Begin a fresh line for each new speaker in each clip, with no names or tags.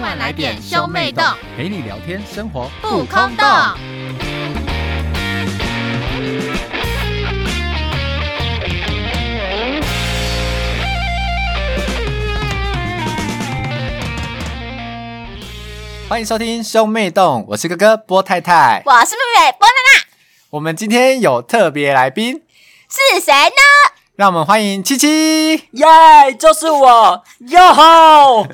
快来点兄妹洞，
陪你聊天，生活
不空洞。
欢迎收听兄妹洞，我是哥哥波太太。
我是瑞瑞波娜娜，
我们今天有特别来宾，
是谁呢？
让我们欢迎七七。
耶就是我，哟吼！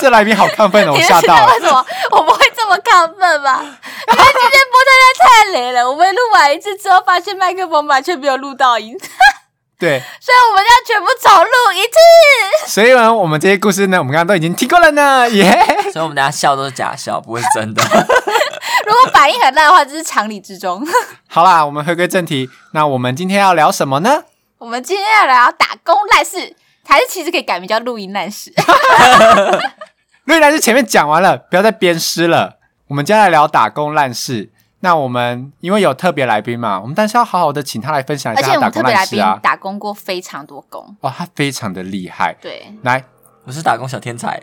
这来宾好亢奋 哦，我
你
吓
们知
到
道
了
为。什么我们会这么亢奋 吗？因为今天波太太太雷了，我们录完一次之后，发现麦克风完全没有录到音，
对，
所以我们要全部重录一次。
所以呢，我们这些故事呢，我们刚刚都已经听过了呢，耶、
所以我们大家笑都是假笑，不会是真 的。
如果反应很烂的话，这是常理之中。
好啦，我们回归正题，那我们今天要聊什么呢？
我们今天要聊打工烂事，还是其实可以改名叫录音烂 事。
瑞然是前面讲完了，不要再鞭尸了。我们接下来聊打工烂事。那我们因为有特别来宾嘛，我们但是要好好的请他来分享一
而
下
且
他
我
打
们特
工
别来
烂事
宾
啊。
打工过非常多工，
哇、他非常的厉害。
对，
来，
我是打工小天才，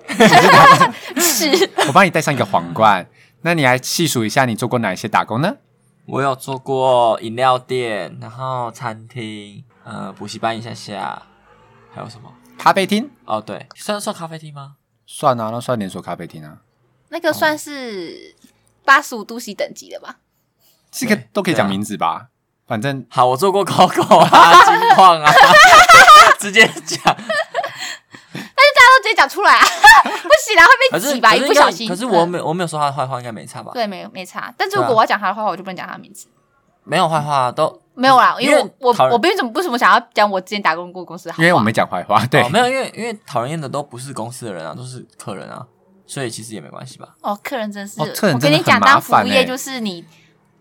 是
我帮你戴上一个皇冠。那你来细数一下你做过哪一些打工呢？
我有做过饮料店，然后餐厅，呃，补习班一下下，还有什么？
咖啡厅
哦，对，算算咖啡厅吗？
算啊，那算连锁咖啡厅啊，
那个算是八十五度 C 等级的吧？
这个
对
都可以讲
对啊
名字吧。反正
好，我做过 Coco 啊，金矿啊，直接讲。
大家都直接讲出来啊， 不行啊，
可
会被
是
挤吧？
可
一
是
不
应该
小心。
可是我
嗯
没我没有说他的坏话，应该没差吧？
对没有没差，但是如果我要讲他的坏话，我就不能讲他的名字。
没有坏话都
没有啦，因
因
为
为
我
讨
我
人
我并怎么不怎么想要讲我之前打工过公司的好话，
因为啊我没讲坏话，对，
哦没有，因为因为讨人厌的都不是公司的人啊，都是客人啊，所以其实也没关系吧。
哦，客人真是，
哦客人
我跟
真的
你讲，
很麻
当服务
烦
业
欸
就是你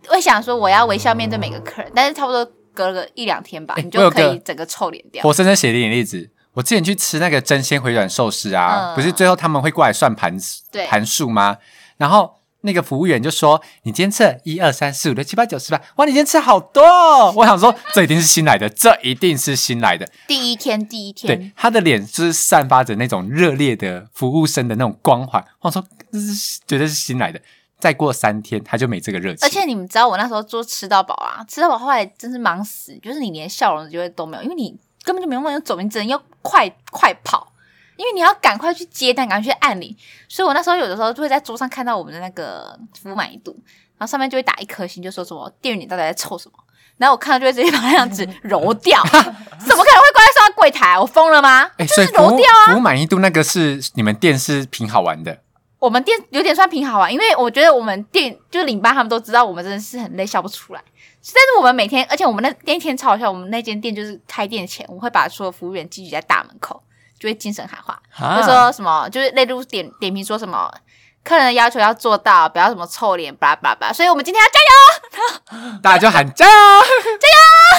会想说我要微笑面对每个客人，但是差不多隔了个一两天吧，
欸
你
我
就
有
可以
个
整个臭脸掉。
活生生写的一点例子。我之前去吃那个真鲜回转寿司
嗯
啊，不是最后他们会过来算盘
对
盘数吗？然后那个服务员就说：“你今天吃了一二三四五六七八九十吧，哇，你今天吃好多、哦。”我想说，这一定是新来的，这一定是新来的。
第一天，第一
对
天，，
他的脸就是散发着那种热烈的服务生的那种光环。我想说，这是绝对是新来的。再过三天，他就没这个热情。
而且你们知道我那时候做吃到饱啊，吃到饱后来真是忙死，就是你连笑容就会都没有，因为你根本就没有往前走，你只能要快快跑。因为你要赶快去接单，赶快去按铃，所以我那时候有的时候就会在桌上看到我们的那个服务满意度，然后上面就会打一颗星，就说什么店员你到底在凑什么？然后我看到就会直接把那张纸揉掉， 怎么可能会挂在上柜台？我疯了 吗？
哎，
就
所以
是
服
揉
务
掉啊！
服务满意度那个是你们店是挺好 玩的。
我们店有点算平好啊，因为我觉得我们店就是领班他们都知道我们真的是很累，笑不出来。但是我们每天，而且我们那那一天超好笑，我们那间店就是开店前，我们会把所有服务员聚集在大门口，就会精神喊话，
啊
就说什么就是例如点点评说什么客人的要求要做到，不要什么臭脸，巴拉巴拉巴拉。所以我们今天要加
大家就喊加油！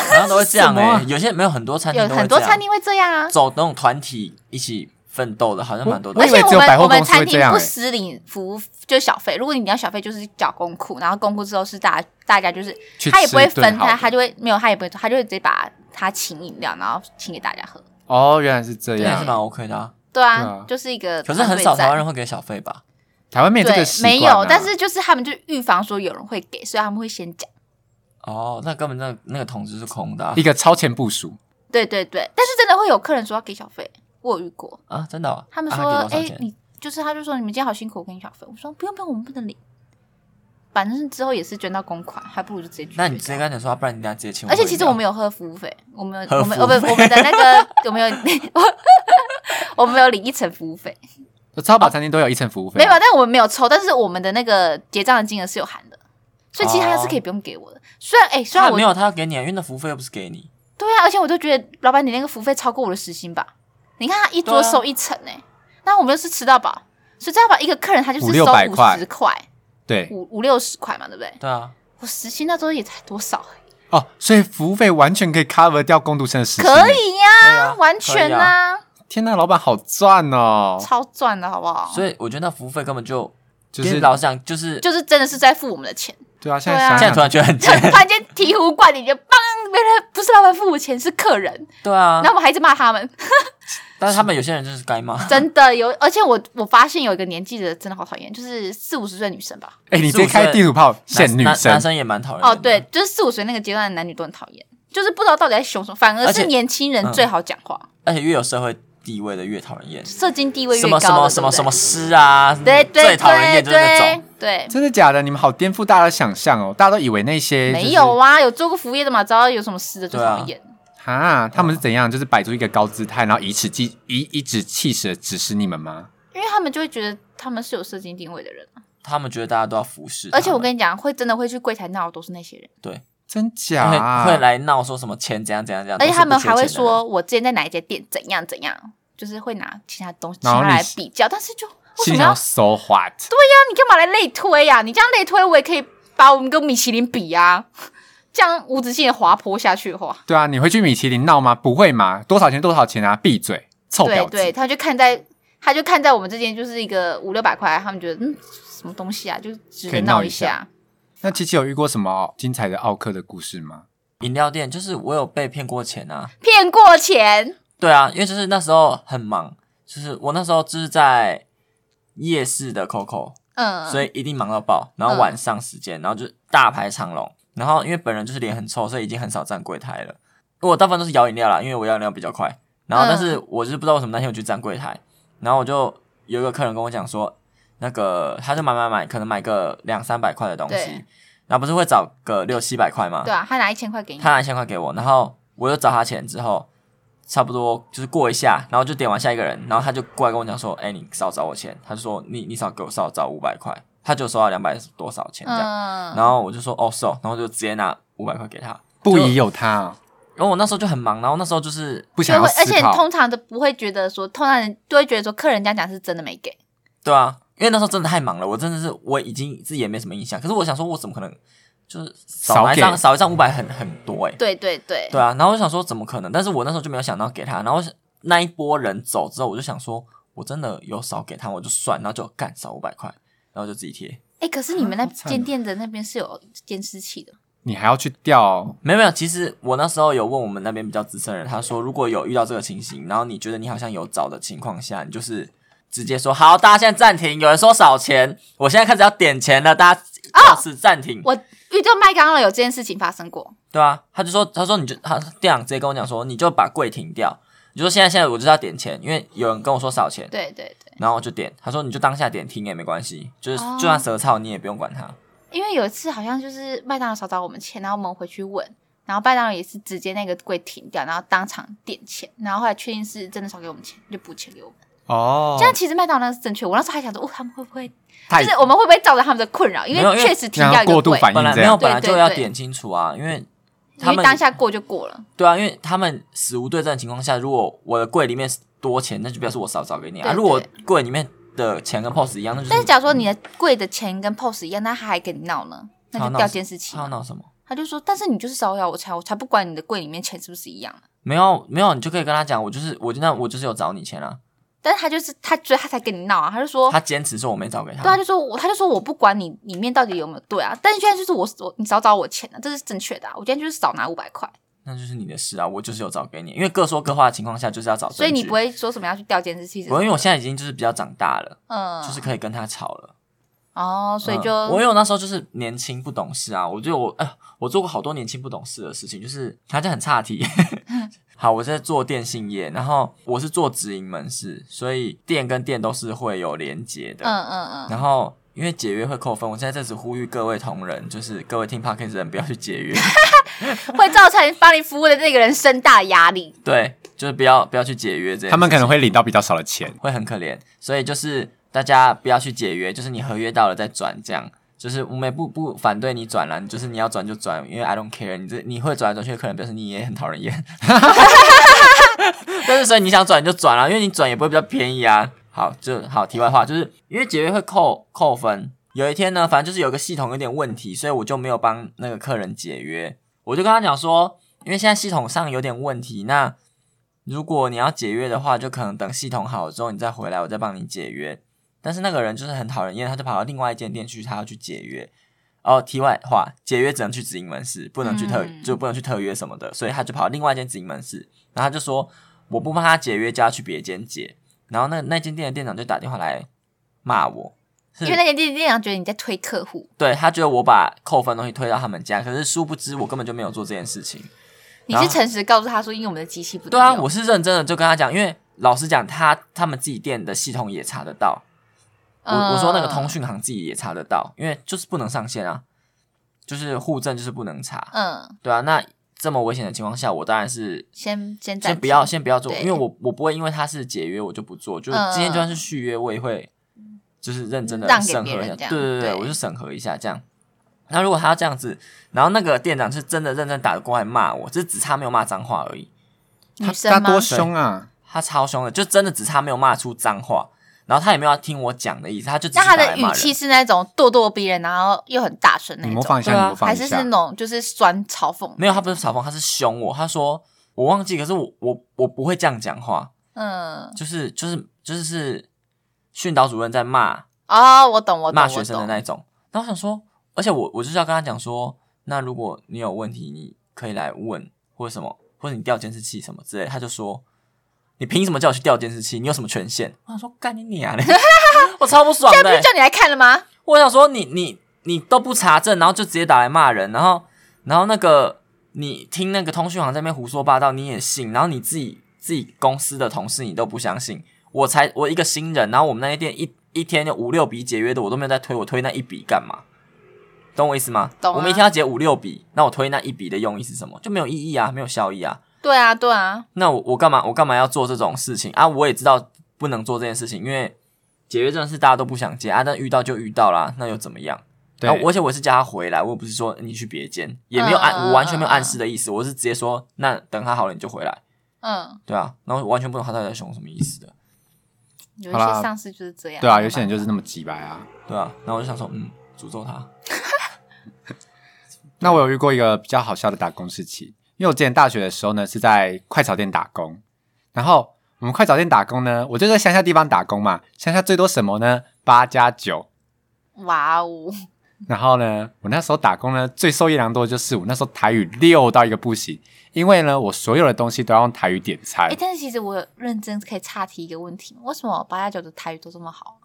好像都会这样
什么
哎、
啊
有些没有很多餐厅
油，
都
有
会
很
这
多
样
餐厅会这样啊。
走那种团体一起奋斗的，好像蛮多的
我
而
以。
且
为
我
只有
们
百货
我们
公司
餐
会
厅
这样
不
欸
私领服务就是小费，如果你要小费就是缴公库，然后公库之后是大家大家就是
去
他也不会
吃顿
分
好
他，
的
他就会没有，他也不会，他就会直接把他请饮料，然后请给大家喝。
哦，原来是这
对还是
样。
蛮 OK 的啊，
对啊，
对啊
就是一个
可
团
是
队战。
很少台湾人会给小费吧？
台湾没有这
对
个习惯啊
没有，但是就是他们就预防说有人会给，所以他们会先讲。
哦，那根本那那个桶子是空的啊
一个超前部署，
对对对，但是真的会有客人说要给小费，我有遇过，
啊真的哦、
他们
啊
说
给多：“少
哎、
钱
你就是他就说你们今天好辛苦，我给你小费。”我说：“不用不用，我们不能领，反正之后也是捐到公款，还不如就直接拒绝
那你直
这
接
样
跟他讲说，不然你等下直接请
而
我喝饮
且
料。
其实我们有喝服务费，我们有
喝
我们哦
服务
我们我们的那 个有没有 我们有领一层服务费，
超饱餐厅都有一层服务费
没有，
啊。
但我们没有抽，但是我们的那个结账的金额是有含的，所以其实他是可以不用给我的。虽然哎、虽然
哦他
我
没有，他要给你啊，因为那服务费又不是给你。
对啊，而且我就觉得老板你那个服务费超过我的时薪吧？你看他一桌
对啊
收一层哎、那我们又是吃到饱，所以吃到饱一个客人他就是
五
收
六百
五十块，
对
五五六十块嘛，对不对？
对啊，
我时薪那周也才多少、
哦，所以服务费完全可以 cover 掉工读生的时薪。
可，以呀、
对啊
完全
可以啊
呐、
天呐，老板好赚哦！
超赚的好不好？
所以我觉得那服务费根本就
就
其
是
实老实讲，就是
就是真的是在付我们的钱。
对啊，现在
对啊
想
现在突
想，
然觉得 很
他
贱。
突然间醍醐灌顶，就砰！原来不是老板付我钱，是客人。
对啊
然，后我们还一直骂他们，
但是他们有些人就是该骂，
真的有，而且我我发现有一个年纪的真的好讨厌，就是四五十岁的女生吧。
哎、你直接开地图炮限女
男男
生
男，生也蛮讨厌的
哦，对，，就是四五十岁那个阶段的男女都很讨厌，就是不知道到底在凶什么，反而
而
是
且
年轻人
嗯
最好讲话，
而且越有社会地位的越讨人厌，
社经地位越
什
高的
么什么什么什么，师啊，
对不对对
最讨人
对
厌就是那
对
种，
对，
真的假的？你们好颠覆大家的想象哦！大家都以为那些、就是、
没有啊，有做过服务业的嘛，知道有什么事的最
对啊
讨厌。
啊，他们是怎样？就是摆出一个高姿态，然后以此气以以指气使的指使你们吗？
因为他们就会觉得他们是有社经定位的人，啊
他们觉得大家都要服侍他们，
而且我跟你讲，会真的会去柜台闹的都是那些人，
真假、
会
啊？
会来闹说什么钱怎样怎样怎样，
而且他们还会
都是不缺钱的
说，
人
我之前在哪一家店怎样怎样，就是会拿其他东西其
然后
他
你
来比较，但是就为什
心里
么要啊
想 so what？
那你干嘛来类推呀、你这样类推，我也可以把我们跟米其林比呀、 这样无止境的滑坡下去的话，
对啊，你会去米其林闹吗？不会嘛，多少钱多少钱啊！闭嘴，臭
对
婊子！
对，他就看在他就看在我们这间就是一个五六百块，他们觉得嗯什么东西啊，就值
可
得
以闹
闹
一
一
下
下。
那琪琪有遇过什么精彩的奥克的故事吗？
饮料店，就是我有被骗过钱啊，
骗过钱，
对啊，因为就是那时候很忙，就是我那时候就是在夜市的 COCO，
嗯，
所以一定忙到爆，然后晚上时间，然后就大排长龙，然后因为本人就是脸很臭，所以已经很少站柜台了。因为我大部分都是摇饮料啦，因为我摇饮料比较快。然后
嗯
但是我就是不知道为什么那天我去站柜台，然后我就有一个客人跟我讲说，那个他就买买买，可能买个两三百块的东
对
西，然后不是会找个六七百块吗？
对啊，他拿一千块给你，
他拿一千块给我，然后我又找他钱之后，差不多就是过一下，然后就点完下一个人，然后他就过来跟我讲说：“哎、你少找我钱。”他就说：“你你少给我少找五百块。”他就收到两百多少钱这样，
嗯，
然后我就说：“哦，是哦。”然后就直接拿五百块给他。
不疑有他啊，
然后我那时候就很忙，然后那时候就是
不
就
想要
会，
思
而且
考。
通常都不会觉得说，通常人都会觉得说，客人家讲是真的没给，
对啊，因为那时候真的太忙了，我真的是我已经自己也没什么印象，可是我想说，我怎么可能就是
少
少拿一
给
张少一张五百很很多哎、
对对对，
对啊，然后我就想说怎么可能？但是我那时候就没有想到给他。然后那一波人走之后，我就想说，我真的有少给他，我就算，然后就干少五百块，然后就自己贴。
哎，可是你
啊
们那
好惨哦
间店的那边是有监视器的，
你还要去钓
没有没有，其实我那时候有问我们那边比较资深的人，他说如果有遇到这个情形，然后你觉得你好像有找的情况下，你就是直接说好，大家现在暂停。有人说少钱，我现在开始要点钱了，大家到此暂停。
我遇到麦当劳有这件事情发生过，
对啊，他就说，他说你就他店长直接跟我讲说，你就把柜停掉，你就说现在现在我就是要点钱，因为有人跟我说少钱，
对对对。
然后我就点，他说你就当下点听也没关系，就是、
哦
就算舌操你也不用管它。
因为有一次好像就是麦当劳少找我们钱，然后我们回去问，然后麦当劳也是直接那个柜停掉，然后当场点钱，然后后来确定是真的少给我们钱，就补钱给我们。
哦
这，样其实麦当劳是正确，我那时候还想说，哦，他们会不会
太
就是我们会不会造成他们的困扰？因
没有因为
确实停
然
掉
后
一个
过度
柜，
反
本
应
来
这
没有，
样，
对
本来就
对
要
对
点清楚啊，因为
因
他
为
们
当下过就过了。
对啊，因为他们死无对证的情况下，如果我的柜里面多钱，那就表示我少找给你啊。
对
如果
对
柜里面的钱跟 POS 一样，那就
但是
是
假如说你的柜的钱跟 POS 一样，那他还跟你闹呢，那
他
就
闹
掉
什
监视器嘛。
他要闹什么？
他就说，但是你就是骚扰我才，我才不管你的柜里面钱是不是一样的。
没有没有，你就可以跟他讲，我就是我就那我就是有找你钱啊。
但是他就是他，所以他才跟你闹啊。他就说，
他坚持说我没找给
对，啊他
他，
就说我，他就说我不管你里面到底有没有对啊，但是现在就是我我你少找我钱啊，这是正确的、啊，我今天就是少拿五百块，
那就是你的事啊，我就是有找给你，因为各说各话的情况下哦就是要找证据。
所以你不会说什么要去调监视器，
不会，因为我现在已经就是比较长大了，
嗯，
就是可以跟他吵了。
哦，所以就、
嗯我有那时候就是年轻不懂事啊，我觉得我哎、我做过好多年轻不懂事的事情，就是好像很差题。 好，我是在做电信业，然后我是做直营门市，所以店跟店都是会有连接的。
嗯嗯嗯，
然后因为解约会扣分，我现在在此呼吁各位同仁，就是各位听 p o d c a s 人不要去解约，
会造成帮你服务的那个人生大压 力，
对，就是不要不要去解约这件事情。
他们可能会领到比较少的钱。
会很可怜，所以就是大家不要去解约，就是你合约到了再转，这样就是我们也不不反对你转啦，就是你要转就转，因为 I don't care，你这你会转来转去的客人表示你也很讨人厌， 但是所以你想转你就转啦，因为你转也不会比较便宜啊。好，就好。题外话就是因为解约会扣扣分，有一天呢，反正就是有个系统有点问题，所以我就没有帮那个客人解约，我就跟他讲说，因为现在系统上有点问题，那如果你要解约的话，就可能等系统好之后你再回来，我再帮你解约。但是那个人就是很讨人厌，他就跑到另外一间店去，他要去解约。哦，题外话，解约只能去直营门市，不能去特、
嗯
就不能去特约什么的，所以他就跑到另外一间直营门市，然后他就说：“我不帮他解约，叫他去别间解。然后那那间店的店长就打电话来骂我，是
因为那些店店长觉得你在推客户，
对他觉得我把扣分的东西推到他们家，可是殊不知我根本就没有做这件事情。
你是诚实告诉他说，因为我们的机器不能
对啊，
用
我是认真的，就跟他讲，因为老实讲，他他们自己店的系统也查得到。我
嗯
我说那个通，讯行自己也查得到，因为就是不能上线啊，就是户政就是不能查，
嗯嗯，
对啊。那这么危险的情况下，我当然是
先先暂
先
停
不要，先不要做，
对
因为我我不会因为他是解约我就不做，就是
嗯
今天就算是续约，我也会就是认真的
让给
审
别
核一
人
下，
这
对
样
对对，
对
我就审核一下这样。那如果他这样子，然后那个店长是真的认真打过来骂我，就只差没有骂脏话而已。
女
他
生吗
多？凶啊！
他超凶的，就真的只差没有骂出脏话，然后他也没有要听我讲的意思，他就只
那
是
他
打来
的
骂
语
人
气是那种咄咄逼人，然后又很大声那
你
种，
模仿一下，
对啊
你模仿
还
一
是
下
是。那种就是酸嘲讽？
没有，他不是嘲讽，他是凶我，他说我忘记，可是我我我不会这样讲话，
嗯，
就是就是就是是训导主任在骂
哦，我懂，我懂，
骂学生的
我懂
那一种，然后我想说，而且我我就是要跟他讲说，那如果你有问题，你可以来问或者什么，或者你调监视器什么之类，他就说。你凭什么叫我去调监视器？你有什么权限？我想说，干你娘嘞！ 我超不爽的、
现
欸
在不是叫你来看了吗？
我想说你你你都不查证，然后就直接打来骂人，然后然后那个你听那个通讯行在那边胡说八道，你也信，然后你自己自己公司的同事你都不相信，我才我一个新人，然后我们那些店一一天就五六笔解约的，我都没有在推，我推那一笔干嘛？懂我意思吗？
懂啊
我们一天要解五六笔，那我推那一笔的用意是什么？就没有意义啊，没有效益啊。
对啊，对啊，
那我我干嘛我干嘛要做这种事情啊？我也知道不能做这件事情，因为解约真的是大家都不想接啊，但遇到就遇到啦，那又怎么样？
对，
然后我而且我是叫他回来，我也不是说你去别间，也没有暗，
嗯嗯嗯
我完全没有暗示的意思，我是直接说那等他好了你就回来，
嗯，
对啊，然后我完全不懂他到底在凶什么意思的，
有一
好啦
些上司就是这样。
对啊，有些人就是那么急白啊。
对啊，然后我就想说，嗯，诅咒他，
那我有遇过一个比较好笑的打工事情，因为我之前大学的时候呢是在快炒店打工，然后我们快炒店打工呢，我就在乡下地方打工嘛，乡下最多什么呢？八加九。
哇哦，
然后呢，我那时候打工呢最受益良多的就是我那时候台语溜到一个不行，因为呢我所有的东西都要用台语点餐
哎，，但是其实我有认真可以岔题一个问题，为什么八加九的台语都这么好？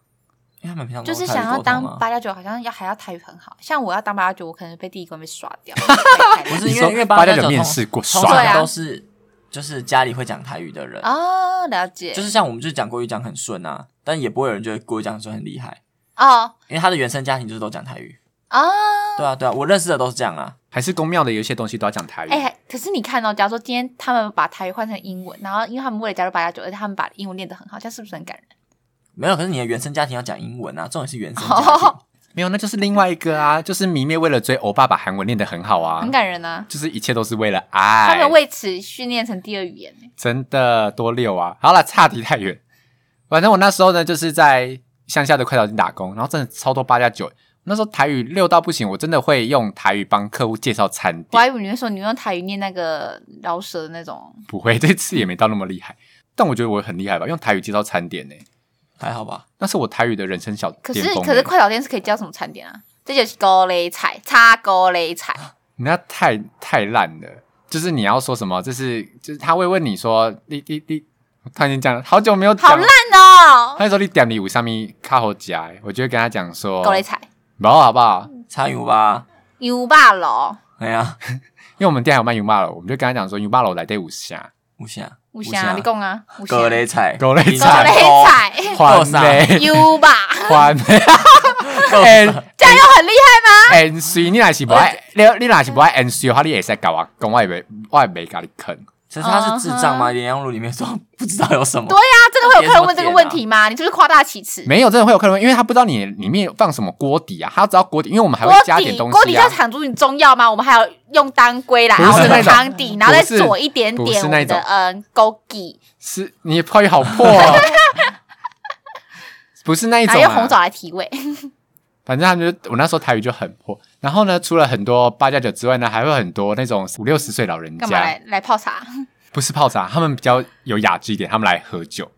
因为他们平常
就是
跟我台语
想要
沟通啊
当八加九，好像要还要台语很好。像我要当八加九，我可能被第一关被刷 掉。太
不
太
是
你
因
说
为因为
八加
加
九
九
面
通
试过
通
爽对
常
啊
都是就是家里会讲台语的人，
哦，了解，
就是像我们就是讲国语讲很顺啊，但也不会有人觉得国语讲很顺很厉害，
哦
因为他的原生家庭就是都讲台语，
哦，
对啊对啊，我认识的都是这样啊，
还是公庙的有一些东西都要讲台语。
哎、还可是你看哦，假如说今天他们把台语换成英文，然后因为他们为了加入八加九，而且他们把英文练得很好，这样是不是很感人？
没有，可是你的原生家庭要讲英文啊，重点是原生家庭。
哦，
没有，那就是另外一个啊，就是迷妹为了追欧巴把韩文练得很好啊哎
很，感人啊！
就是一切都是为了
他
爱。
们为此训练成第二语言。
真的多溜啊！好了，岔题太远。反正我那时候呢，就是在乡下的快餐店打工，然后真的超多八加九。那时候台语溜到不行，我真的会用台语帮客户介绍餐
我还
点，
以为你会说你用台语念那个饶舌的那种，
不会， 这次也没到那么厉害。但我觉得我很厉害吧，用台语介绍餐点呢、
还好吧？
那是我台语的人生小
可
巅
是
峰、欸
可是，快炒店是可以叫什么餐点啊？这就是高丽菜，叉高丽菜。
你那太太烂了，就是你要说什么，就是就是他会问你说，你你你，我突然间讲了，好久没有讲
好
了
烂哦、
他就说你点礼物上面卡好夹，我就会跟他讲说，
高丽菜，
不好好不好？
茶油吧？
牛霸楼，
哎呀，
因为我们店还有卖 u m a 我们就跟他讲说 u m a 来对五下，
五下，
有啥？你讲啊，有啥？
格雷菜，
格雷
高
菜
丽菜，
还
啥
嘞，
牛霸，
还嘞，
够
哎
这样又很厉害吗？
，N C 你若是不爱，你你若是不爱 N C 的话，你也使搞我，讲我也没我也没甲你坑，
其实他是智障吗？连羊乳里面说不知道有什么
对，呀、真的会有客人问这个问题吗？你是不是夸大其词？
没有真的会有客人问，因为他不知道你里面有放什么锅底啊，他只要锅底，因为我们还会加点东
锅底
西
叫
啊，
产出你中药吗？我们还有用当归啦，
不
然后
是那
用
种
汤底，然后再
不是
佐一点
不是
点我
那
们
种
的嗯枸杞，
是你的泡语好破 哦，不是那一
然
种
后用
啊
红枣，来提 味。
反正他们就我那时候台语就很破，然后呢，除了很多八加九之外呢，还会很多那种五六十岁老人
干嘛
家，
来来泡茶？
不是泡茶，他们比较有雅致一点，他们来喝酒。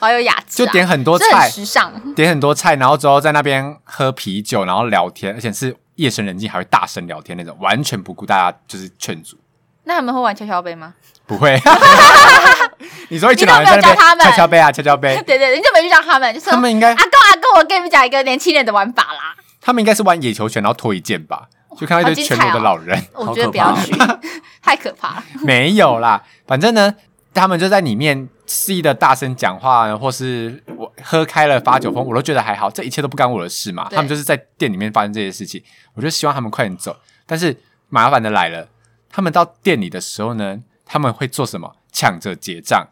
好有雅致、
就
啊，
点很多
这很
菜，
时尚。
点很多菜，然后之后在那边喝啤酒，然后聊天，而且是夜深人静还会大声聊天那种，完全不顾大家就是劝阻，
那他们会玩跷跷杯吗？
不会。 你说一群老人
你
在
都没有教
那边
他们
敲敲杯啊，敲敲杯
对，对对，你就没遇到他们，就是
他们应该
阿公阿公，我跟你们讲一个年轻人的玩法啦。
他们应该是玩野球拳，然后拖一件吧，就看到一堆
哦
全裸的老人，
我觉得不要去， 太可怕了。
没有啦，反正呢，他们就在里面肆意的大声讲话，或是我喝开了发酒疯，我都觉得还好，这一切都不干我的事嘛。
对
他们就是在店里面发生这些事情，我就希望他们快点走。但是麻烦的来了，他们到店里的时候呢，他们会做什么？抢着结账。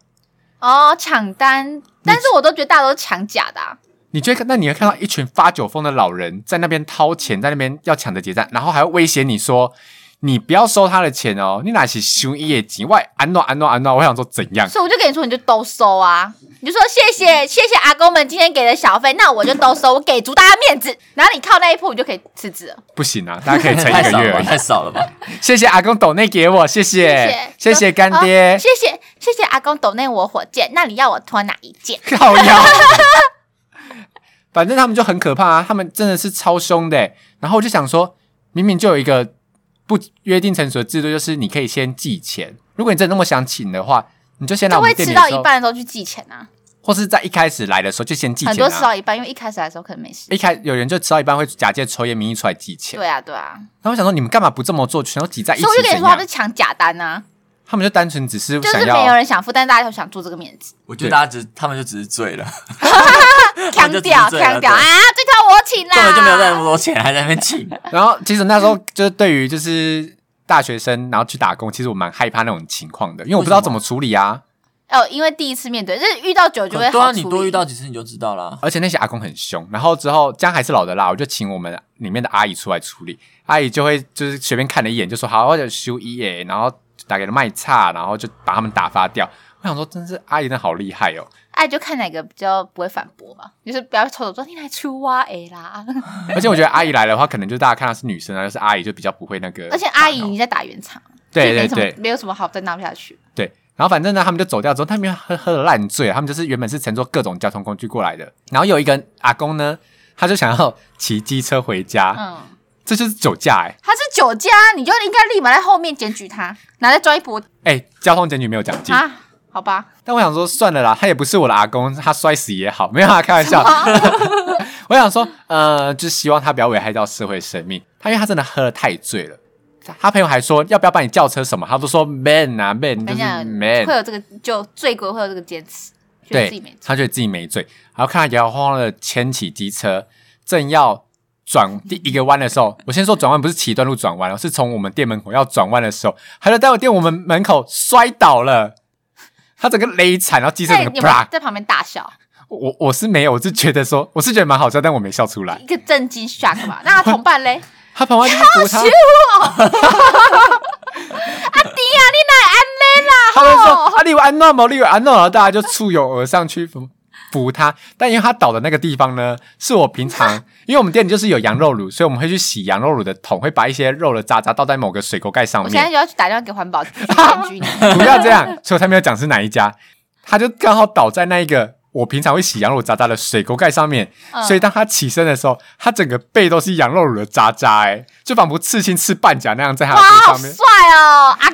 哦，抢单，但是我都觉得大家都抢假的、啊，
你觉得那你会看到一群发酒疯的老人在那边掏钱，在那边要抢着结账，然后还会威胁你说：“你不要收他的钱哦，你哪起凶业绩外安诺安诺安诺。”我想说怎样？
所以我就跟你说，你就都收啊，你就说谢谢谢谢阿公们今天给的小费，那我就都收，我给足大家面子。然后你靠那一步，你就可以辞职了。
不行啊，大家可以撑
太
一
少
个月
了吧，
而已。
太少 了吧？
谢谢阿公抖内给我，谢谢
谢
谢谢干爹，
哦谢谢谢谢阿公抖内我火箭，那你要我脱哪一件？
靠腰。反正他们就很可怕啊，他们真的是超凶的欸。然后我就想说，明明就有一个不约定成熟的制度，就是你可以先寄钱。如果你真的那么想请的话，你就先来
就
我
会
们店
吃
里的
到
时
一
候，
半的时候去寄钱啊，
或是在一开始来的时候就先寄钱、啊。哎
很多吃到一半，因为一开始来的时候可能没事。
一开有人就吃到一半会假借抽烟名义出来寄钱。
对啊，对啊，
然后我想说，你们干嘛不这么做，全都挤哎在一
所以我
起
就跟你
怎
说，他
样
们？是抢假单啊，
他们就单纯只是
就是
想
没有
要
人想付，但大家都想做这个面 子。
我觉得大家只他们就只是醉了，
强
就
调
只是这样
强调啊
对！
这条我请啦，
根本就没有带那么多钱，还在那边请。
然后其实那时候就是对于就是大学生，然后去打工，其实我蛮害怕那种情况的，因为我不知道怎么处理啊。
哦，因为第一次面对，就是遇到 酒就会
对啊，
好
你
处
多遇
理。
到几次你就知道啦。
而且那些阿公很凶，然后之后姜还是老的辣，我就请我们里面的阿姨出来处理，阿姨就会就是随便看了一眼就说好，我就修一耶，然后打给了卖差，然后就把他们打发掉。我想说，真是阿姨真的好厉害 哦，
哎，就看哪个比较不会反驳吧，就是不要抽手说你来出哇哎啦，
而且我觉得阿姨来的话，可能就大家看她是女生啊，就是阿姨就比较不会那个，
而且阿姨你在打圆场，
对
所以没
对
什么
对，
没有什么好再闹下去。
对，然后反正呢，他们就走掉之后，他们喝喝的烂醉，啊他们就是原本是乘坐各种交通工具过来的。然后有一个阿公呢，他就想要骑机车回家，
嗯，
这就是酒驾哎、
他是酒驾，你就应该立马在后面检举他，拿来抓一波
欸、哎、交通检举没有奖金，
啊，好吧？
但我想说算了啦，他也不是我的阿公，他摔死也好，没有啊，开玩笑。 我想说，呃，就是希望他不要危害到社会生命。他因为他真的喝的太醉了，他朋友还说要不要帮你叫车什么，他都说 man 啊 man 就
等一
是
下
man，
会有这个就罪过会有这个坚持，觉得自己没，
对
错。
他觉得自己没罪，然后看他摇摇晃晃的牵起机车，正要转第一个弯的时候，我先说转弯不是起一段路转弯哦，是从我们店门口要转弯的时候，他就在我店我们门口摔倒了，他整个勒惨，然后机车
那
整
你
个
有没有
啪，
在旁边大笑，
我我是没有，我是觉得说我是觉得蛮好笑，但我没笑出来。
一个震惊 shock 吧？那他同伴 嘞？
他旁边就是扶他，
对呀，啊你哪安嘞啦？
他们说啊，你有安诺吗？你有安诺，然后大家就簇拥而上去扶扶他。但因为他倒的那个地方呢，是我平常，因为我们店里就是有羊肉炉，所以我们会去洗羊肉炉的桶，会把一些肉的渣渣倒在某个水沟盖上
我现在
面。
就要去打电话给环保局检 举你。
不要这样，所以我才没有讲是哪一家。他就刚好倒在那一个我平常会洗羊肉渣渣的水沟盖上面，
嗯
所以当他起身的时候，他整个背都是羊肉炉的渣渣、哎，就仿佛刺青刺半甲那样在他的
哇，
背
好
上面。
帅哦，阿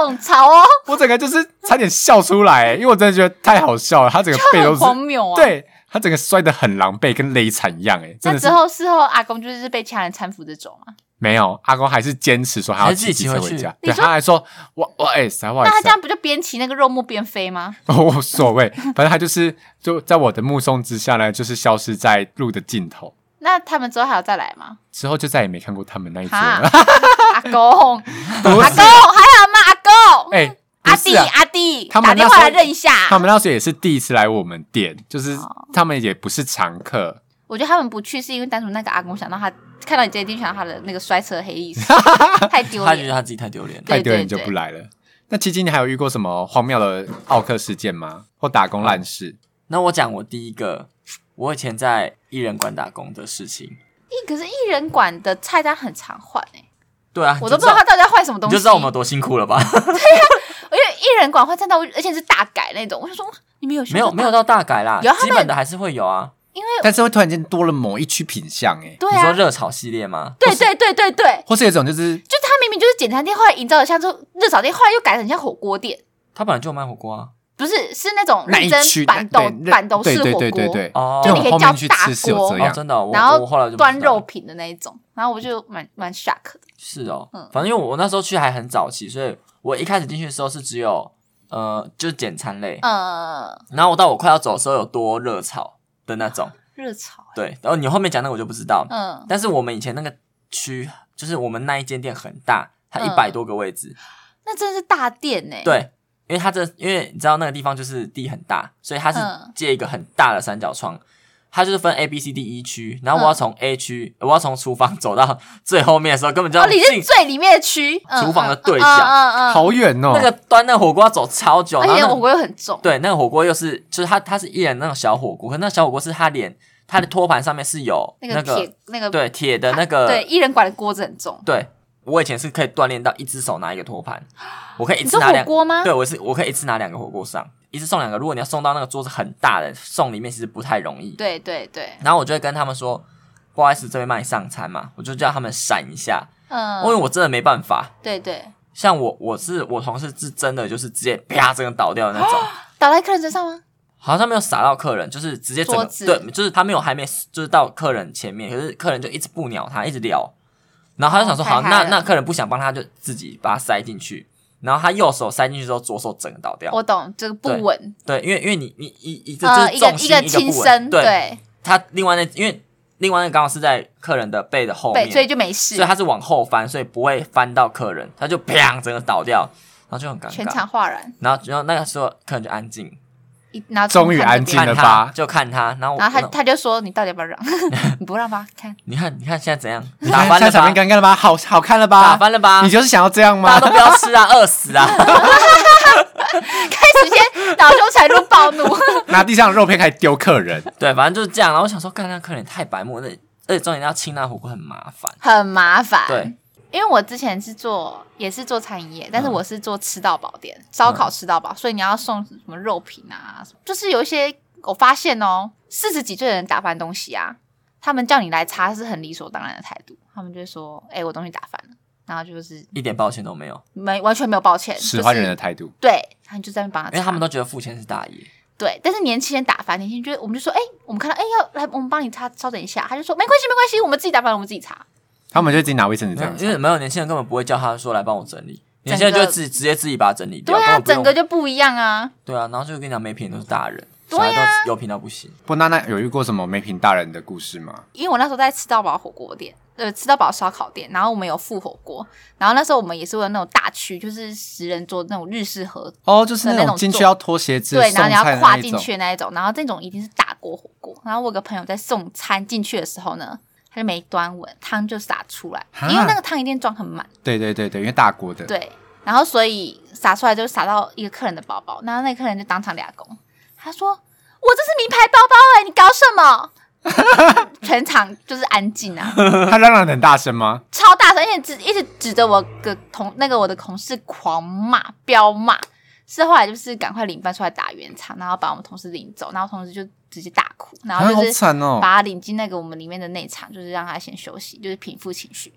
公，潮哦，
我整个就是差点笑出来、欸因为我真的觉得太好笑了，他整个背都
很
是
荒谬啊。，
对他整个摔得很狼狈，跟勒惨一样、欸，哎，
那
真的是
之后事后阿公就是被其他人搀扶啊着走嘛。
没有阿公还是坚持说他要骑机车回家，
还是自己骑回去
对，
你说
他还说我我哎啥我
那他这样不就边骑那个肉末边飞吗？
我哦无所谓，反正他就是就在我的目送之下呢，就是消失在路的尽头。
那他们之后还要再来吗？
之后就再也没看过他们那一桌
哈
了。，
阿公，
不
阿
是
公还好吗？阿公，
哎、
阿
不是
弟，
啊
阿弟，
他们
打电
那
话
时
来
候
认一下。
他们那时候也是第一次来我们店，就是
哦
他们也不是常客，
我觉得他们不去是因为单纯那个阿公想到他看到你这一定想到他的那个摔车黑历史，太丢
他觉
脸
得
了。
他自己太丢脸了。
对
太丢人就
对
不来了。那七七，你还有遇过什么荒谬的奥克事件吗？或打工烂事？
那我讲我第一个，我以前在艺人馆打工的事情。
一可是艺人馆的菜单很常换哎、
对啊，
我都
你
不知
就
道他到底要换什么东
你
西。
就知道我们有多辛苦 了吧？
因为艺人馆换站到，而且是大改那种。我就说哦你们有
没有没有
到，
到大改啦，
有他们
基本的还是会有啊。
因为
但是会突然间多了某一区品相、欸，
对
你说
啊，
热炒系列吗？
对对对对对，
或是有一种就是
就他明明就是简餐店，后来营造的像这热炒店，后来又改成像火锅店。
他本来就有卖火锅啊，
不是是那种
那
认
一
真
区
板
那
豆
对
板豆
对
式
对
火
对对
锅，
对，
哦，
就你可以
后
叫
面去
大
吃是有这
锅
哦，
样，
真的哦，我
然
我
后
后来就不知道
端肉品的那一种，然后我就蛮蛮 shock 的。
是哦，
嗯
反正因为我那时候去还很早期，所以我一开始进去的时候是只有呃，就是简餐类，
呃，
然后我到我快要走的时候有多热炒的那种，
热炒，
对，然后你后面讲那个我就不知道，
嗯，
但是我们以前那个区就是我们那一间店很大，它
嗯哎
一百多个位置，
那真的是大店欸哦呢、，
对。因为它这，因为你知道那个地方就是地很大，所以它是
嗯
借一个很大的三角窗，它就是分 A、B、C、D、E 区，然
嗯
后我要从 A 区，我要从厨房走到最后面的时候，根本就
哦
要，
你是
进
最里面的区，嗯
厨房的对角
嗯嗯嗯嗯
好远哦
那。个端那个火锅要走超久，
而
然后
且
那个
火锅又很重，，
对那个火锅又是就是它它是一人那种小火锅，可是那小火锅是它连它的托盘上面是有
那个铁那个
对呃铁的那个
对，一人管的锅子很重。
对我以前是可以锻炼到一只手拿一个托盘，我可以一
你
次
说
拿
火
两
锅吗？
对我是我可以一次拿两个火锅上，一次送两个。如果你要送到那个桌子很大的送里面，其实不太容易。
对对对，
然后我就会跟他们说。不好意思，这边帮你上餐嘛，我就叫他们闪一下，
嗯，
因为我真的没办法。
对对，
像我，我是我同事是真的就是直接啪这个倒掉 的那种，
倒在客人身上吗？
好像没有撒到客人，就是直接整
桌
个
子
对，就是他没有还没就是到客人前面，可是客人就一直不鸟他，一直聊，然后他就想说、
哦
好，
太
那
嗨了
那客人不想帮他就自己把它塞进去，然后他右手塞进去之后，左手整个倒掉，
我懂，这个不
对
稳，
对，因为因为你你一一个就
呃，
是
一个
重心、
一个
一个
轻
不
身，
稳，对，
对，
他另外那因为另外那个刚好是在客人的背的后面，
对，所以就没事
所以，他是往后翻，所以不会翻到客人，他就啪整个倒掉，然后就很尴
全
尬，
场哗然，
然后然后那个时候客人就安静，
一然后
终于
看着
安静
别人
了
看
吧
他就看他，然后我
然后他
我
他就说：“你到底要不 要让？你不让吧？看，
你看，你看现在怎样？
你
打
看
翻
现在场
了
面
吧？
尴尬了吧？好好看了
打
吧？
翻了吧
你？就是想要这样
大
吗
家都？不要吃啊， 饿死啊！
开始先打胸才露暴 怒，
拿地上的肉片开始丢客人，
对，反正就是这样。然后我想说，干那客人也太白目，那而且重点要清那火锅很麻烦。
很麻烦。
对，嗯
因为我之前是做也是做餐饮业，但是我是做吃到饱店，烧烤吃到饱，所以你要送什么肉品啊，什么就是有一些我发现哦，四十几岁的人打翻东西啊，他们叫你来擦是很理所当然的态度，他们就会说：“哎、我东西打翻了。”然后就是
一点抱歉都没有，
没完全没有抱歉，
使 唤人
就
的
是、
哎态度。
对，他们就在那边帮他擦，
因为他们都觉得付钱是大爷。
对，但是年轻人打翻，年轻人就我们就说，哎、我们看到，哎、要来，我们帮你擦，稍等一下，他就说没关系，没关系，我们自己打翻，我们自己擦。
他们就自己拿卫生纸这样
嗯
因
子，
为没有年轻人根本不会叫他说来帮我整理，
整个
年轻人就自己直接自己把它整理掉，
对
哦
啊，
根本
整
不
个
用
就不一样啊。
对啊。然后就跟你讲，没品的都是大人，小
对啊
孩都有品到不行。
不，娜娜有遇过什么没品大人的故事吗？
因为我那时候在吃到饱火锅店，呃，吃到饱烧烤店，然后我们有附火锅，然后那时候我们也是会有那种大区，就是十人桌那种日式和
哦，就是
那
那种
种
进去
做
要脱鞋子，
对，然后你要
送菜的
跨
那一
进
种
去的那一种，然后这种一定是大锅火锅。然后我有个朋友在送餐进去的时候呢，他就没端稳，汤就洒出来，因为
哈
那个汤一定装很满。
对对对对，因为大锅的，
对，然后所以撒出来就撒到一个客人的包包，然后那个客人就当场俩公，他说：“我这是名牌包包哎、你搞什么？” 全场就是安静啊，
他嚷嚷得很大声吗？
超大声，而且指一直指着我的同那个我的同事狂骂彪骂，是后来就是赶快领班出来打圆场，然后把我们同事领走，然后同事就直接大哭，然
啊
后
好
就是
惨哦
把他领进那个我们里面的内场，就是让他先休息，就是平复情绪。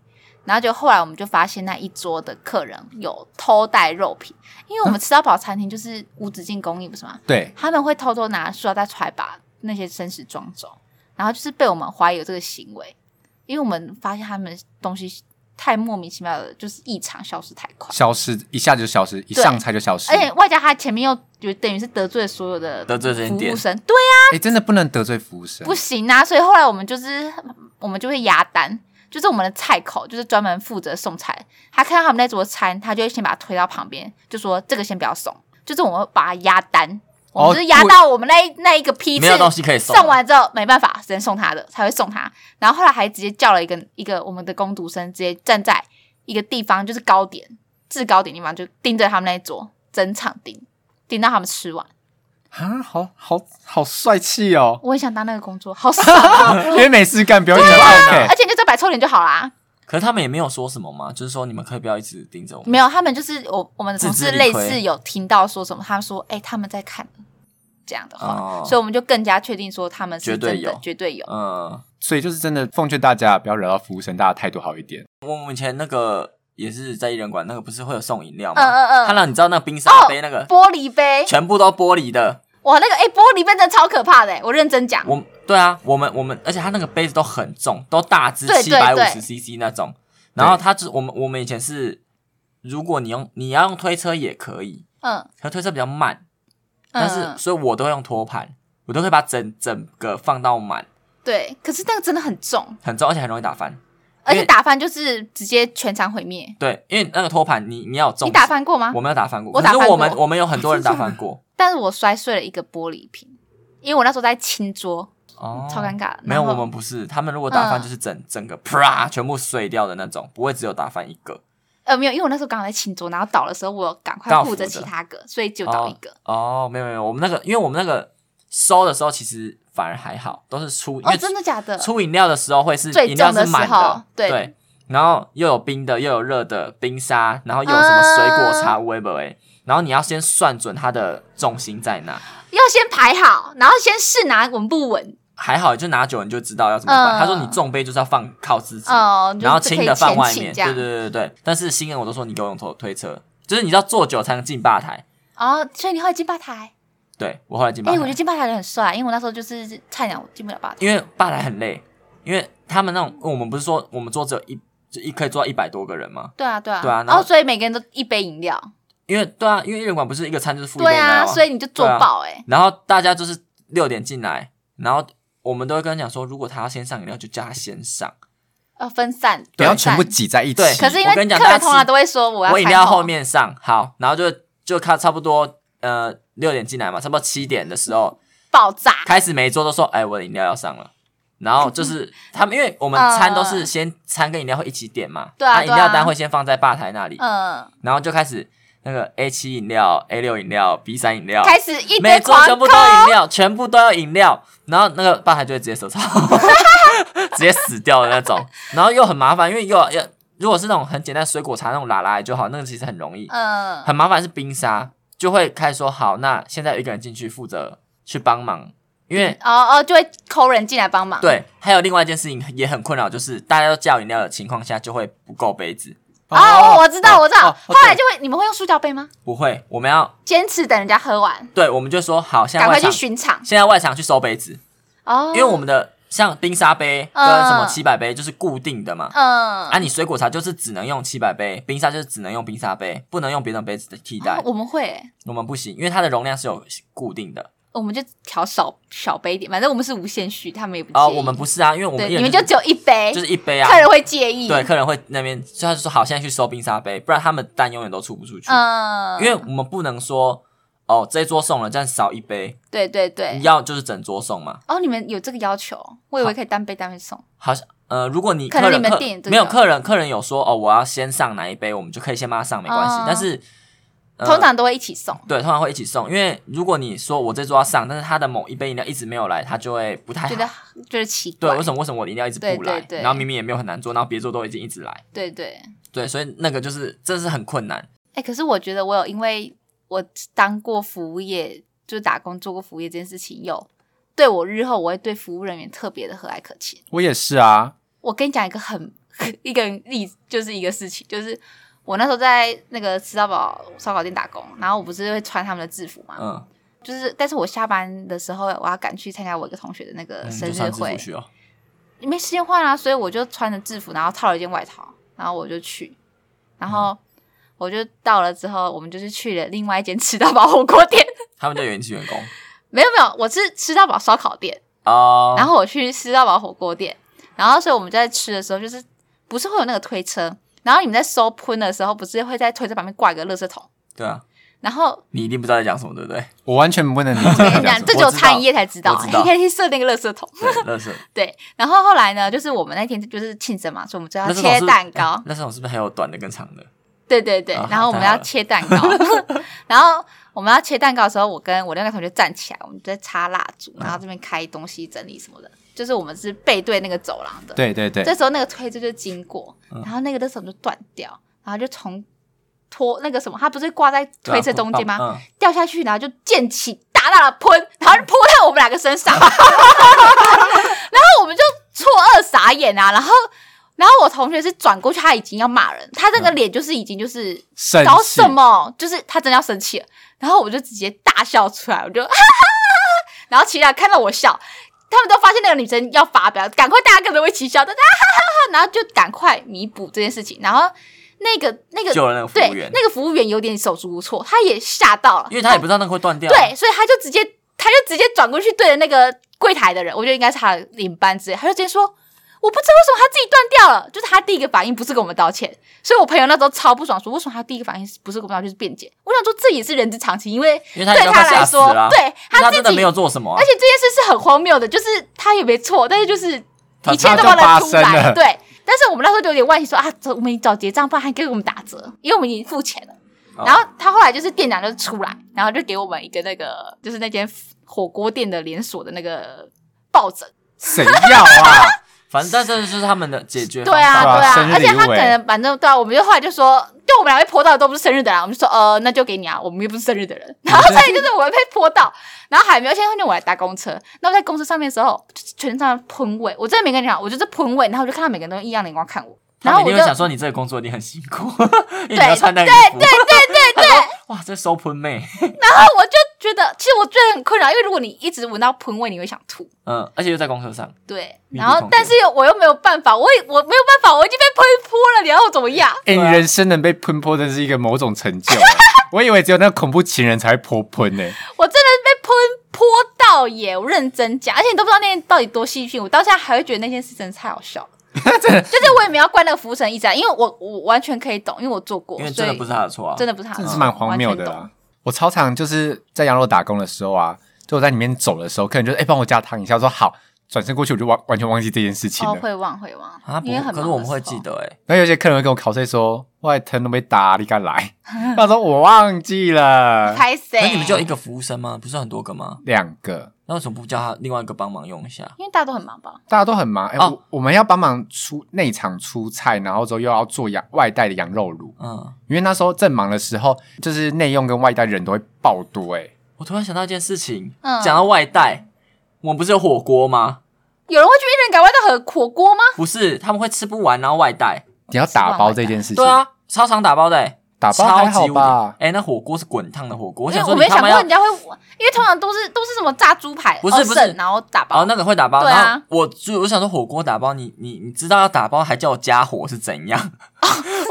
然后就后来我们就发现那一桌的客人有偷带肉品，因为
嗯
我们吃到饱餐厅就是无止境供应，不是吗？
对，
他们会偷偷拿塑料袋出来把那些生食装走，然后就是被我们怀疑有这个行为，因为我们发现他们东西太莫名其妙的，就是异常消失太快，
消失一下就消失，一上菜就消失。
而且外加他前面又就等于是得罪所有的
得罪这间
服
店
务生，对，
哎，真的不能得罪服务生
不，行啊，所以后来我们就是我们就会压单。就是我们的菜口，就是专门负责送菜。他看到他们那桌餐，他就会先把他推到旁边，就说这个先不要送。就是我们会把他压单，我
哦
们就是压
不
到我们那一那一个批次
没有东西可以送
送，完之后没办法，只能送他的，才会送他。然后后来还直接叫了一个一个我们的工读生，直接站在一个地方，就是高点制高点地方，就盯着他们那一桌，整场盯，盯到他们吃完。
啊，好好好帅气哦，
我很想当那个工作，好爽 啊、
因为没事干，表演的 OK
而。且你就在摆臭脸就好啦。
可是他们也没有说什么嘛，就是说你们可以不要一直盯着我们。
没有，他们就是我我们的同
哦自
事
知理
类
亏
似有听到说什么，他说哎、他们在看这样的话，
哦
所以我们就更加确定说他们是
绝对
真的
有
绝对有。
嗯，
所以就是真的奉劝大家不要惹到服务生，大家态度好一点。
我们以前那个也是在艺人馆，那个不是会有送饮料吗？
嗯嗯嗯哦
他让你知道那个冰沙杯那个、
玻璃杯，
全部都玻璃的，
哇，那个哎、玻璃杯真的超可怕的、欸，我认真讲，
我对啊，我们我们，而且他那个杯子都很重，都大只
对
七
对
百五
对
十 CC 那种。然后他就我们我们以前是，如果你用你要用推车也可以，
嗯，
可是推车比较慢，但是、
嗯
所以我都会用托盘，我都会把整整个放到满，
对，可是那个真的很重，
很重，而且很容易打翻。
而且打翻就是直接全场毁灭。
对，因为那个托盘你你要有重，
你打，翻过吗
我？没有打翻过，
我
可是
打翻
我们
过
我们有很多人打翻过，
但是我摔碎了一个玻璃瓶，因为我那时候在清桌，
哦，
超尴尬的。
没有，
然后
我们不是，他们如果打翻
嗯
就是整、整个啪全部碎掉的那种，不会只有打翻一个。
呃没有，因为我那时候刚好在清桌，然后倒的时候我赶快
刚好
护着
扶着
其他个，所以就倒一个。
哦，没有没有，我们那个，因为我们那个收的时候其实反而还好，都是出，因
哦，
为
真的假的？
出饮料的时候会是
最
饮料
重
是
的时
满
候对
然后又有冰的，又有热的冰沙，然后又有什么水果茶、微波哎，然后你要先算准它的重心在哪。
要先排好，然后先试拿稳不稳。
还好，就拿酒你就知道要怎么办。
嗯
他说你重杯就是要放靠自己，
哦、就是
然后轻的
可以
放
前
外
倾
面。
这
对
样。
对对对对。但是新人我都说你给我用推推车，就是你知道坐久才能进吧台。
哦，所以你后来进吧台？
对我后来进吧
哎、
台，
我觉得进吧台的很帅，因为我那时候就是菜鸟，我进不了吧台。
因为吧台很累，因为他们那种我们不是说我们桌只有一就一可以坐到一百多个人吗？
对啊，对啊，
对啊然
然
后
后所以每个人都一杯饮料，
因为对啊，因为日馆不是一个餐就是付一杯
对
饮料
啊，所
以
以你就做
对啊
爆哎、
然后大家就是六点进来，然后我们都会跟他讲说，如果他要先上饮料，就叫他先上。
要分散，
不
啊
要
分
全
散
部。挤在一起。
对
可是因
我
为
跟你讲
客
大家
人通常
吃
都会说我要
我饮
餐
料
后
后面上，好，然后就就看差不多呃六点进来嘛，差不多七点的时候
爆炸，
开始每一桌都说，哎，我的饮料要上了。然后
嗯
就是他们，因为我们餐都是先餐跟饮料会一起点嘛，
对啊
那饮料
对啊
单会先放在吧台那里，
嗯，
然后就开始那个 A 七饮料、A 六饮料、B 三饮料，
开始一
每
堆
桌
狂
全部
扣
都，有饮料，全部都有饮料，然后那个吧台就会直 接手抄，直接死掉的那种，然后又很麻烦，因为又要要如果是那种很简单的水果茶那种拉拉就好，那个其实很容易，
嗯，
很麻烦是冰沙，就会开始说好，那现在有一个人进去负责去帮忙，因为。
哦哦，就会抠人进来帮忙，，
对，还有另外一件事情也很困扰，就是大家都叫饮料的情况下，就会不够杯子。
哦，我知道，我知道
哦，
后来就会你们会用塑胶杯吗？
不会，我们要
坚持等人家喝完，
对，我们就说好，现在
赶快
外
去
场
巡场
现在外场去收杯子，
哦，
因为我们的像冰沙杯跟什么七百杯就是固定的嘛。
嗯
啊，你水果茶就是只能用七百杯，冰沙就是只能用冰沙杯，不能用别的杯子的替代。
哦我们会欸，
我们不行，因为它的容量是有固定的。
我们就调少少杯一点，反正我们是无限续，他们也不介意。
哦，我们不是啊，因为我们
对
一
你
人
们就只有一杯，
就是一杯啊
客。人会介意。
对，，客人会那边，所以他就说好，现在去收冰沙杯，不然他们单永远都出不出去。
嗯，
因为我们不能说哦，这一桌送了，这样少一杯，
对对对，
要就是整桌送嘛。
哦，你们有这个要求，我以为可以单杯单杯送。
好像呃，如果你
可
客
能
人
你们
客
店这个
没有客人，客人有说哦，我要先上哪一杯，我们就可以先帮他上，没关系。
哦
但是、呃
通常都会一起送。
对，通常会一起送，因为如果你说我这桌要上，但是他的某一杯饮料一直没有来，他就会不太
觉得
好。
觉得奇
哎对，
怪
为，什么为什么我的饮料一直不来？
对对对
然后明明也没有很难做，然后别桌都已经一直来，
对对，
对，所以那个就是真的是很困难。
哎、可是我觉得我有因为我当过服务业，就是打工做过服务业这件事情，有对我日后我会对服务人员特别的和蔼可亲。
我也是啊，
我跟你讲一个很 一个例子，就是一个事情，就是我那时候在那个吃到饱烧烤店打工，然后我不是会穿他们的制服嘛，
嗯，
就是但是我下班的时候我要赶去参加我一个同学的那个
嗯
呃生日
就算支
会
付，去哦。
没时间换啊，所以我就穿着制服，然后套了一件外套，然后我就去，然
嗯
后我就到了之后，我们就是去了另外一间吃到饱火锅店，
他们就有一员工
没有没有，我是吃到饱烧烤店，
哦，
然后我去吃到饱火锅店，然后所以我们在吃的时候，就是不是会有那个推车，然后你们在收喷的时候，不是会在推车旁边挂一个垃圾桶，
对啊，
然后
你一定不知道在讲什么，对不 对？
我完全不能理
我
解
跟
你
你
讲
讲，
什么
这只有餐饮业才知道，
我知道
黑黑色那个垃圾桶，
对，乐色
对，然后后来呢，就是我们那天就是庆生嘛，所以我们就要
乐色桶
切
是
蛋糕。
乐色桶是不是还有短的跟长的？
对对对
哎啊，
然后我们
太好
要
了
切蛋糕， 然后我们要切蛋糕的时候，我跟我另外一个同学站起来，我们在插蜡烛，然
嗯
后这边开东西整理什么的，就是我们是背对那个走廊的。
对对
这
对，
时候那个推车就经过，
嗯
然后那个的手就断掉，然后就从拖那个什么，它不是挂在推车中间吗？
嗯，
掉下去，然后就溅起大大的喷，然后就泼到我 们两个身上，然后我们就错愕傻眼啊，然后然后我同学是转过去，他已经要骂人，他那个脸就是已经就是
生
搞
气
什么，就是他真的要生气了。然后我就直接大笑出来，我就哈哈哈哈。然后其他人看到我笑，他们都发现那个女生要发飙，赶快大家跟着我一起笑，大家哈哈哈哈，然后就赶快弥补这件事情。然后那个那个
救了那个服务
对
员，
那个服务员有点手足无措，他也吓到了，
因为他也不知道那个会断掉。，啊
对，所以他就直接他就直接转过去对着那个柜台的人，我觉得应该是他的领班之类，他就直接说：“我不知道为什么他自己断掉了。”就是他第一个反应不是跟我们道歉，所以我朋友那时候超不爽，说为什么他第一个反应不是跟我们道歉，就是辩解。我想说这也是人之常情，因为
因为他已
对
经快
来
吓死
说，
了，
对
因为他
自
真的
己
没有做什么啊
而，且这件事是很荒谬的，就是他也没错，但是就是
他
一切都能
他就
出
发生
来，
了
对。但是我们那时候就有点惋惜说，啊，走我们找结账，不然还给我们打折，因为我们已经付钱了。
哦
然后他后来就是店长就出来，然后就给我们一个那个就是那间火锅店的连锁的那个抱枕，
谁要啊？
反正但这就是他们的解决
对
方
啊，
法。
吧
对啊
生，日
而且
礼物
他可
欸
能反正对啊，我们就后来就说，就我们两被泼到的都不是生日的啦，我们就说呃，那就给你啊，我们又不是生日的人。然后所以就是我们被泼到，然后还没有，现在后面我来搭公车，那我在公车上面的时候，就是全上喷味，我真的没跟你讲，我就是喷味，然后我就看到每个人都用异样的眼光看我，然
他
后
们
我
一
就
定会想说你这个工作一定很辛苦， 因为你
对
要穿那个衣服。对对
对对，
哇，这收喷妹，
然后我就觉得，其实我觉得很困扰，因为如果你一直闻到喷味，你会想吐。
嗯，而且又在公车上，
对，
密闭
然后
空间
但是又我又没有办法，我也我没有办法，我已经被喷泼了，你要我怎么样？
哎、
对
你
啊
人生能被喷泼，真是一个某种成就欸。我以为只有那个恐怖情人才会泼喷呢。
我真的被喷泼到耶！我认真讲，而且你都不知道那天到底多戏剧性，我到现在还会觉得那件事真的太好笑了。 就是我也没有怪那个服务生一直啊，因为我我完全可以懂，因为我做过，
因为
所
真
以
的不是他的错啊，
真的不是他的
真的
错，
是蛮荒谬的
我完全懂。
啦。我超常就是在羊肉打工的时候啊，就我在里面走的时候，客人就哎帮、我加汤一下，我说好，转身过去我就完完全忘记这件事情了。
哦，会忘会忘
啊，不
因为很忙的时候
可是我们会记。得哎，
然后有些客人会跟我考碎说，外疼都没打，你敢来？ 他说我忘 记了
拍谁？
那你们就有一个服务生吗？不是很多个吗？
两个，
那为什么不叫他另外一个帮忙用一下？
因为大家都很忙吧？
大家都很忙。哎、
哦
我我们要帮忙出内场出菜，然后之后又要做羊外带的羊肉炉。
嗯，
因为那时候正忙的时候，就是内用跟外带人都会爆多哎、
我突然想到一件事情，
嗯
讲到外带，我们不是有火锅吗？
有人会去一人改外到火火锅吗？
不是，他们会吃不完，然后外带。
你要打包这件事情，
对，啊，超常打包的、欸，
打包还
超
好
级无敌
吧？
哎、那火锅是滚烫的火锅，我
因为
想
我
说
没
你
想
他
过
妈要
人家会，因为通常都是都是什么炸猪排，
不
哦
是不是
剩然后打包。
哦，那个会打包。
对啊
然后我就我想说火锅打包，你你你知道要打包，还叫我加火是怎样？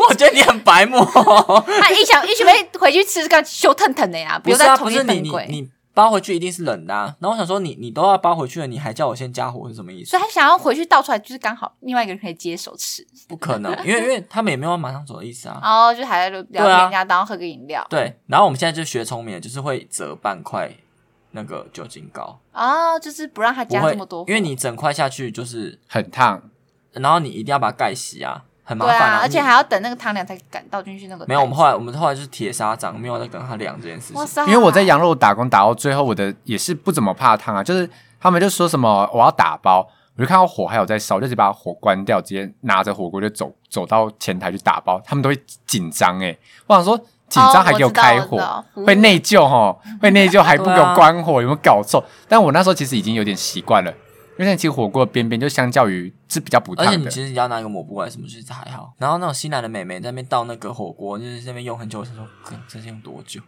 我觉得你很白目。哦
他一想一准备回去吃，干羞腾腾的呀，不
不
用
是
再
啊，
重
不
新
是你
登
你
柜。
你包回去一定是冷的、啊。然后我想说你你都要包回去了，你还叫我先加火是什么意思
所以？他想要回去倒出来，就是刚好另外一个人可以接手吃，
不可能，因为因为他们也没有要马上走的意思啊。
然后就还在聊
对啊
天家，然后喝个饮料
对，然后我们现在就学聪明了，就是会折半块那个酒精膏，
哦，就是不让他
不
加
会
这么多，，
因为你整块下去就是，
很烫，
然后你一定要把它盖洗啊，很麻
对
烦
啊，而
你
且还要等那个汤凉才敢倒进去那个。
没有，我们后来我们后来就是铁砂掌，没有在等它凉这件事
哇
情。
塞，
因为我在羊肉打工打到最后，我的也是不怎么怕烫啊，就是他们就说什么我要打包，我就看到火还有在烧，我就直接把火关掉，直接拿着火锅就走走到前台去打包，他们都会紧张哎，我想说紧张还给
哦我知道
开
我
火，
知道服务
会内疚哈，会内疚还不给
对啊
我关火，有没有搞错？但我那时候其实已经有点习惯了，因为那其实火锅的边边就相较于是比较不
而且
烫
你
的，
其实你要拿一个抹布还是什么，其实还好。然后那种新来的美眉在那边倒那个火锅，就是在那边用很久，我想说，哥这是用多 久？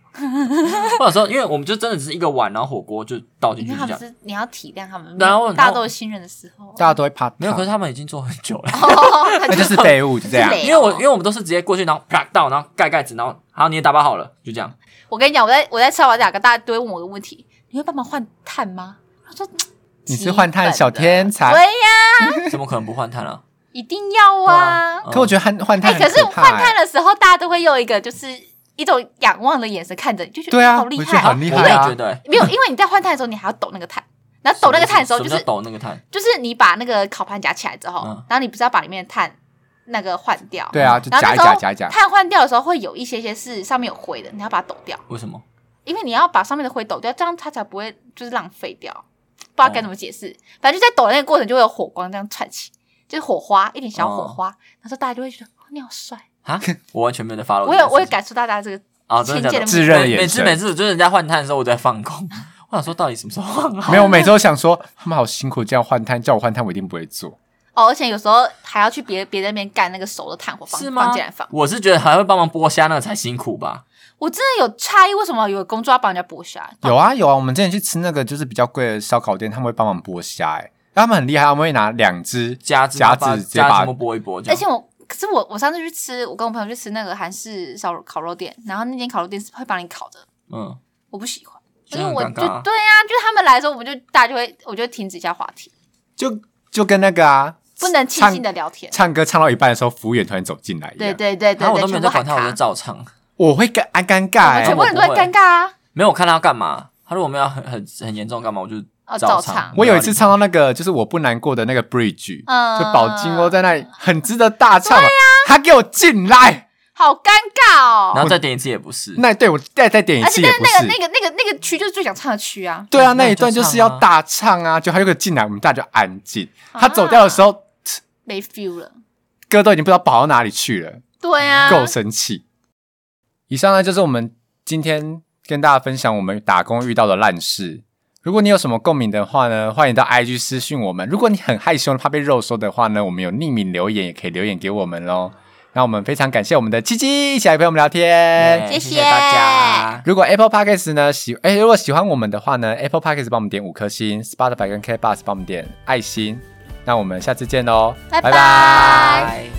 或者说，因为我们就真的只是一个碗，然后火锅就倒进
因
去
为他
就这
们
样。
是你要体谅他们，
对啊我
大家都有新人的时候。
大家都会怕烫，
没有，可是他们已经做很久了，
哦他
那就是废物就这样
就。是累
因为我因为我们都是直接过去，然后啪倒，然后盖盖子，然后好，你也打包好了，就这样。
我跟你讲，我在我在吃完两个，大家都会问我个问题：你会帮忙换碳吗？他说
你是换炭小天才
对呀，
怎么可能不换碳啊？嗯
一定要啊！
可我觉得换换
哎、
炭很
可是
怕
换
欸
碳的时候，大家都会用一个就是一种仰望的眼神看着你，就觉得
对啊
好厉
我觉
害
得
啊。
很厉害啊
我也觉得、欸。
没有，因为你在换碳的时候，你还要抖那个碳，然后抖那个碳的时候，就
什么
是
叫抖那个碳，
就是你把那个烤盘夹起来之后，
嗯
然后你不是要把里面的碳那个换掉？
对啊，就
然后
夹
那
一
时候
夹夹一夹。
碳换掉的时候，会有一些些是上面有灰的，你要把它抖掉，
为什么？
因为你要把上面的灰抖掉，这样它才不会就是浪费掉。不知道
哦
该怎么解释，反正就在抖的那个过程就会有火光这样窜起，就是火花，一点小
哦
火花，然后大家就会觉得哦你好帅。
啊，我完全没有在发了。
我有我有感受到大家这个
啊，真的
亲切
假的？
的
炙热的
每
眼
每次
神
每次就是人家换碳的时候，我都在放空。我想说，到底什么时候换好？啊
没有，我每次都想说他们好辛苦，这样换摊，叫我换摊我一定不会做。
哦，而且有时候还要去别别人那边干那个熟的炭火放
是
放
吗
进来放。？
我是觉得还会帮忙剥虾那个才辛苦吧。
我真的有诧异，为什么有工作要帮人家剥虾？
哦
有啊有啊，我们之前去吃那个就是比较贵的烧烤店，他们会帮忙剥虾、欸，哎，他们很厉害，他们会拿两只
夹子
夹
把
子直接
夹
把
子剥一剥，这
而
样
且我，可是我我上次去吃，我跟我朋友去吃那个韩式烧烤肉店，然后那间烤肉店是会帮你烤的，
嗯，
我不喜欢，因
真
为
的
我
很尴
就
尬啊。
对啊，就是他们来的时候，我们就大家就会，我就会停止一下话题，
就就跟那个啊，
不能轻
唱
信的聊天。
唱歌唱到一半的时候，服务员突然走进来一样，
对对对对
啊然后我
对，
都没
全
有在
部喊
管他，我就
卡，
照唱。
我会尴啊尴尬、
我们
欸，
全部人都会
我不会
尴尬啊。
没有，我看他要干嘛。他如果没有要很很很严重干嘛，我就
哦
照
照
唱
唱。
我有一次唱到那个，就是我不难过的那个 bridge，、
嗯
就宝金窝在那里很值得大唱、啊，他给我进来，
好尴尬
啊
哦。
然后再点一次也不是。
那对我再再点一
而
次
且
也
但是
不
那个
是，
那个那个那个区就是最想唱的区啊，
对啊，那
那你
一
就
段就是要大唱啊，就他又进来，我们大家就安静。
啊
他走掉的时候，
没 feel 了。
歌都已经不知道跑到哪里去了，
对啊，
够生气。以上呢就是我们今天跟大家分享我们打工遇到的烂事。如果你有什么共鸣的话呢，欢迎到 IG 私讯我们。如果你很害羞怕被肉搜的话呢，我们有匿名留言，也可以留言给我们喽。那我们非常感谢我们的七七一起来陪我们聊天。
谢
耶谢大家。
如果 Apple Podcast 呢喜哎、如果喜欢我们的话呢，Apple Podcast 帮我们点五颗星，Spotify 跟 K Bus 帮我们点爱心。那我们下次见喽，
拜拜
拜。